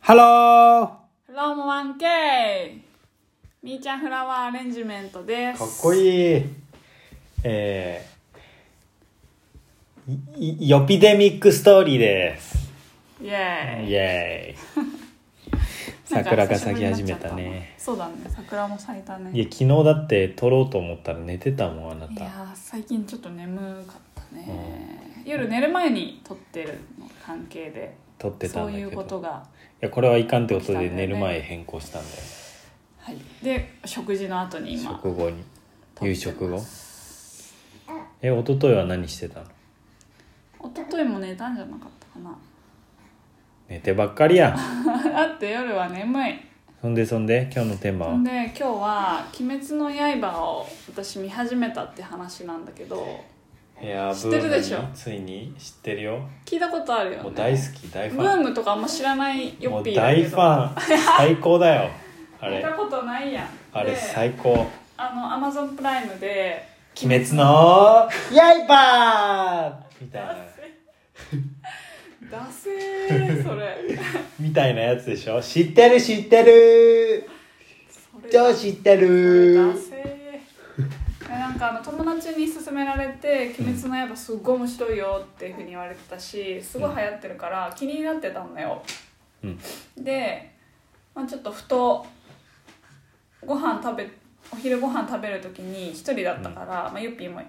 ハロフロム 1K! みーちゃんフラワーアレンジメントでーす。かっこい。いいえー、いいヨピデミックストーリーですイイェーイ。エーイ なんか桜が咲き始めたね久しぶりになっちゃったな。そうだね、桜も咲いたね。いや昨日だって撮ろうと思ったら寝てたもんあないやたー最近ちょっと眠かったね。夜寝る前に撮ってるの関係で。撮ってたそんうだいけうどことが。いやこれはいかんってこと起きたんでだよ寝ねる前変更したんだよはい。で、食事の後に今。食後に撮って夕ます食後え一昨日は何してたの一昨日も寝たんじゃなかったかな。寝てばっかりやん だって夜は眠い。そんでそんで今日のテーマはで今日は「鬼滅の刃」を私見始めたって話なんだけどヘアブーム知ってるでしょについに知ってるよ聞いたことあるよねもう大好き大フブァーンムとかあんま知らないもよっうぴーだけ大どファン最高だよあ見れたことないやんあれで最高あのアマゾンプライムで「鬼滅の刃」みたいなダセー それみたいなやつでしょ知ってる知ってるそれ超知ってそれるダセーでなんかあの友達に勧められて「鬼滅の刃」すっごい面白いよっていうふうに言われてたしすごい流行ってるから気になってたんだようんで、まあ、ちょっとふとご飯食べお昼ご飯食べる時に一人だったから、まあ、ゆっぴーも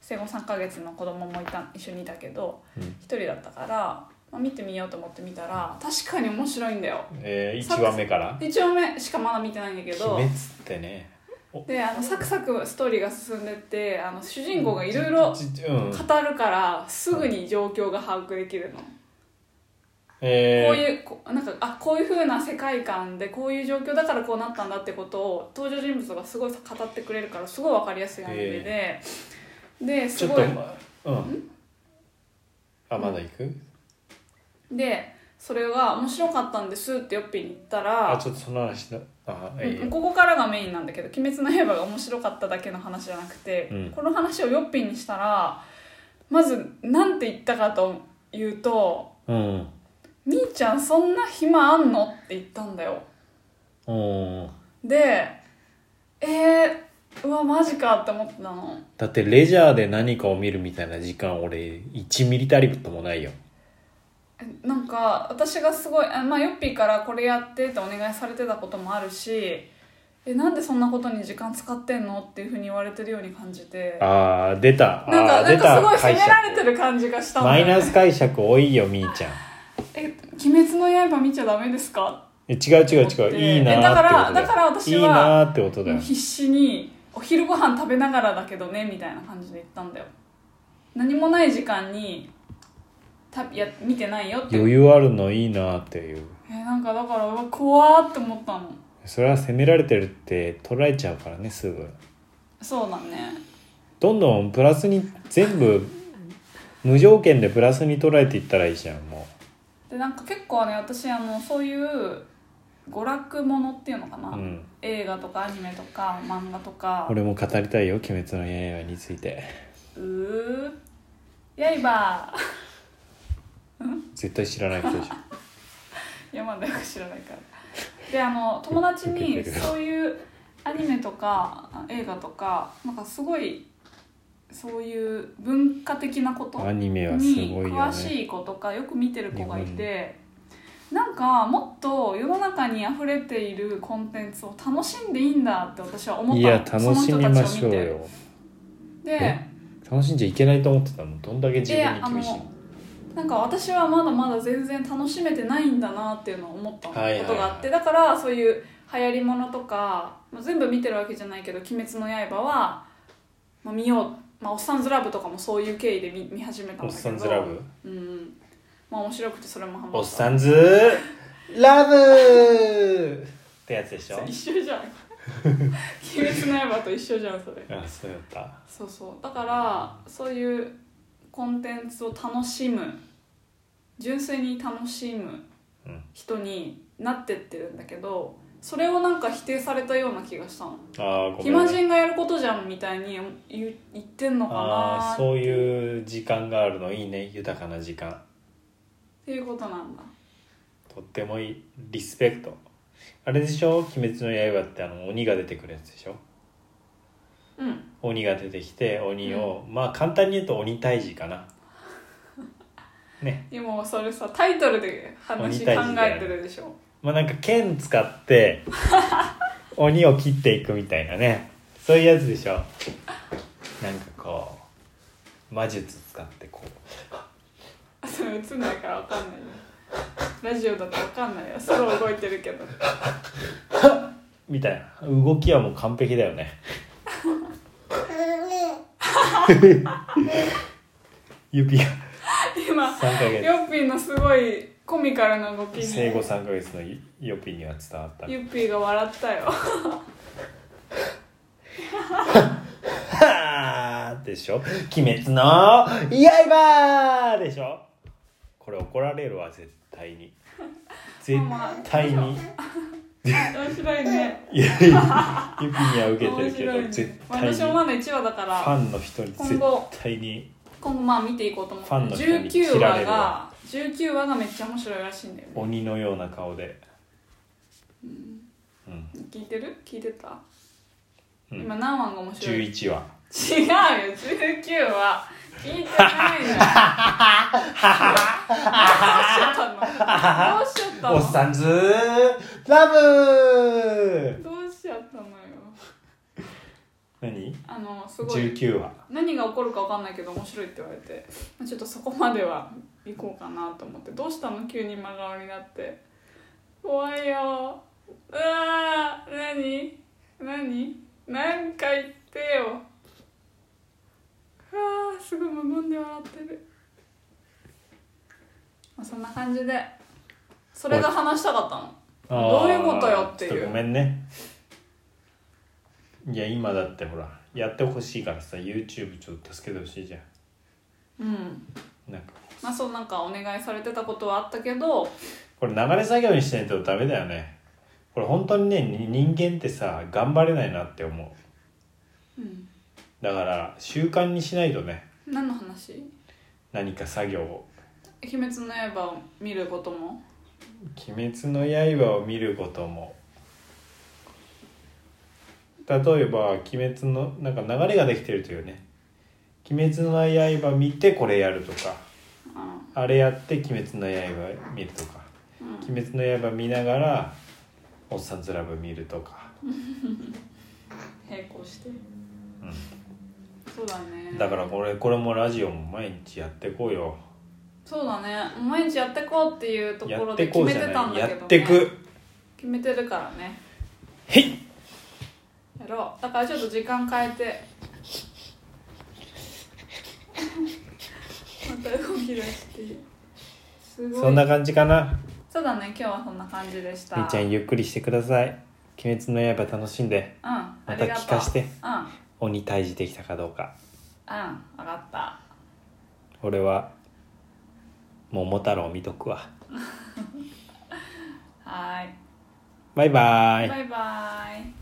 生後3ヶ月の子供もいた一緒にいたけどうん一人だったから、まあ、見てみようと思って見たら確かに面白いんだよえー、1話目から一応目しかまだ見てないんだけ「ど鬼滅」ってねであのサクサクストーリーが進んでってあの主人公がいろいろちちうん語るからすぐに状況が把握できるの。えー、こういうこなんかあこういう風な世界観でこういう状況だからこうなったんだってことを登場人物がすごい語ってくれるからすごい分かりやすいアニメで、ですちょっごというんあまだ行く、でそれが面白かったんですってヨッピーに言ったあらちょっとその話だあうんいいよここからがメインなんだけど「鬼滅の刃」が面白かっただけの話じゃなくて、うんこの話をヨッピーにしたらまず何て言ったかというとうん「みーちゃんそんな暇あんの?」って言ったんだよ。うんでえー、うわマジかって思ってたのだってレジャーで何かを見るみたいな時間俺1ミリたりともないよえなんか私がすごいあまあヨッピーからこれやってってお願いされてたこともあるしえなんでそんなことに時間使ってんのっていうふうに言われてるように感じてあー出たなんかあーな出んかすごいた責解められて釈る感じがしたんマだイよナねス解釈多いよみーちゃんえ鬼滅の刃見ちゃダメですかえ違う違う違ういいなえだかーらってことだよだから私はいいなーってことだもうよ必死にお昼ご飯食べながらだけどねみたいな感じで言ったんだよ何もない時間にたや見てないよって余裕あるのいいなーっていうえーなんかだからうわ怖ーって思ったのそれは責められてるって捉えちゃうからねすぐそうだねどんどんプラスに全部無条件でプラスに捉えていったらいいじゃんもでなんか結構ね私あのそういう娯楽ものっていうのかな、う、うん、映画とかアニメとか漫画とか俺も語りたいよ「鬼滅の刃」についてうーやいばー絶対知らない人でしょ 山田よく知らないからであの友達にそういうアニメとかあ映画とかなんかすごいそういう文化的なことアニメはすにごいよ詳ねしい子とかよく見てる子がいてなんかもっと世の中に溢れているコンテンツを楽しんでいいんだって私は思ったのいや楽しみましょうその人たちをよ見てでえ楽しんじゃいけないと思ってたのどんだけ自であ分に厳しいのなんか私はまだまだ全然楽しめてないんだなっていうのを思ったことがはいはいあっはて、いだからそういう流行りものとか、まあ、全部見てるわけじゃないけど「鬼滅の刃は」まあ、見よう、まあ「おっさんずラブ」とかもそういう経緯で見見始めたんだけどおっさんずラブうんまあ面白くてそれもハマったおっさんずラブってやつでしょ一緒じゃん鬼滅の刃と一緒じゃんそ れあそうだったそうそうだからそういうコンテンツを楽しむ純粋に楽しむうん人になってってるんだけどそれをなんか否定されたような気がしたのあーごめん暇人がやることじゃんみたいに言う言ってんのかあなーそううっいう時間があるのいいね豊かな時間ていうことなんだとってもいいリスペクトあれでしょ「鬼滅の刃」ってあの鬼が出てくるやつでしょうん鬼が出てきて鬼を、まあ簡単に言うと鬼退治か なねでもそれさタイトルで話考えてるでしょまあなんか剣使って 鬼を切っていくみたいなねそういうやつでしょなんかこう魔術使ってこあそれ映んないからわかんないよラジオだとわかんないよすごい動いてるけどうみたいな動きはもう完璧だよ ね指が今3ヶ月ヨッピーのすごいコミカルな動きに生後3ヶ月のヨピには伝わったユッピーが笑ったよは ーでしょ鬼滅の刃でしょこれ怒られるわ絶対 に絶対に面白いねいやいやユピには受けて面るけ白いどね絶対に私もフまだ1話だかァらンの人に絶今後対に今後まあ見ていこうと思ファンっのて人に19嫌わ話れるがわ19話がめっちゃ面白いらしいんだよね鬼のような顔でうん、聞いてる聞いてた、うん今何話が面白い違うよ11話19話聞いてないのどうしちゃったのどうしちゃったおのっさんずーラブどうしちゃったのよ何あのすごい ?19 話何が起こるか分かんないけど面白いって言われてまあちょっとそこまでは行こうかなと思ってどうしたの急に真顔になって怖いようわー何何何か言ってようわーすごい無言で笑ってる、まあ、そんな感じでそれが話したかったのどういうことよっていうあーちょとごめんねいや今だってほらやってほしいからさ YouTube ちょっと助けてほしいじゃうんんなんかまあそうなんかお願いされてたことはあったけどこれ流れ作業にしないとダメだよねこれ本当にねに人間ってさ頑張れないなって思ううんだから習慣にしないとね何の話何か作業を「鬼滅の刃」を見ることも「鬼滅の刃」を見ることも例えば「鬼滅の」なんか流れができてるというね「鬼滅の刃」見てこれやるとかああれやって「鬼滅の刃」見るとか「うん鬼滅の刃」見ながら「おっさんずラブ」見るとか並行して、そうだねだからこれこれもラジオも毎日やってこうよそうだね毎日やってこうっていうとこやろっでて決こうめじゃてたなんいだやけど、ね、ってく決めてるからねへいやろうだからちょっと時間変えて また動き出してすごいそんな感じかなそうだね今日はそんな感じでしたみーちゃんゆっくりしてください「鬼滅の刃」楽しんでうんままた聞かしてうんうん鬼退治できたかどうか分かった俺は桃太郎見とくわはーいバイバイバイバイ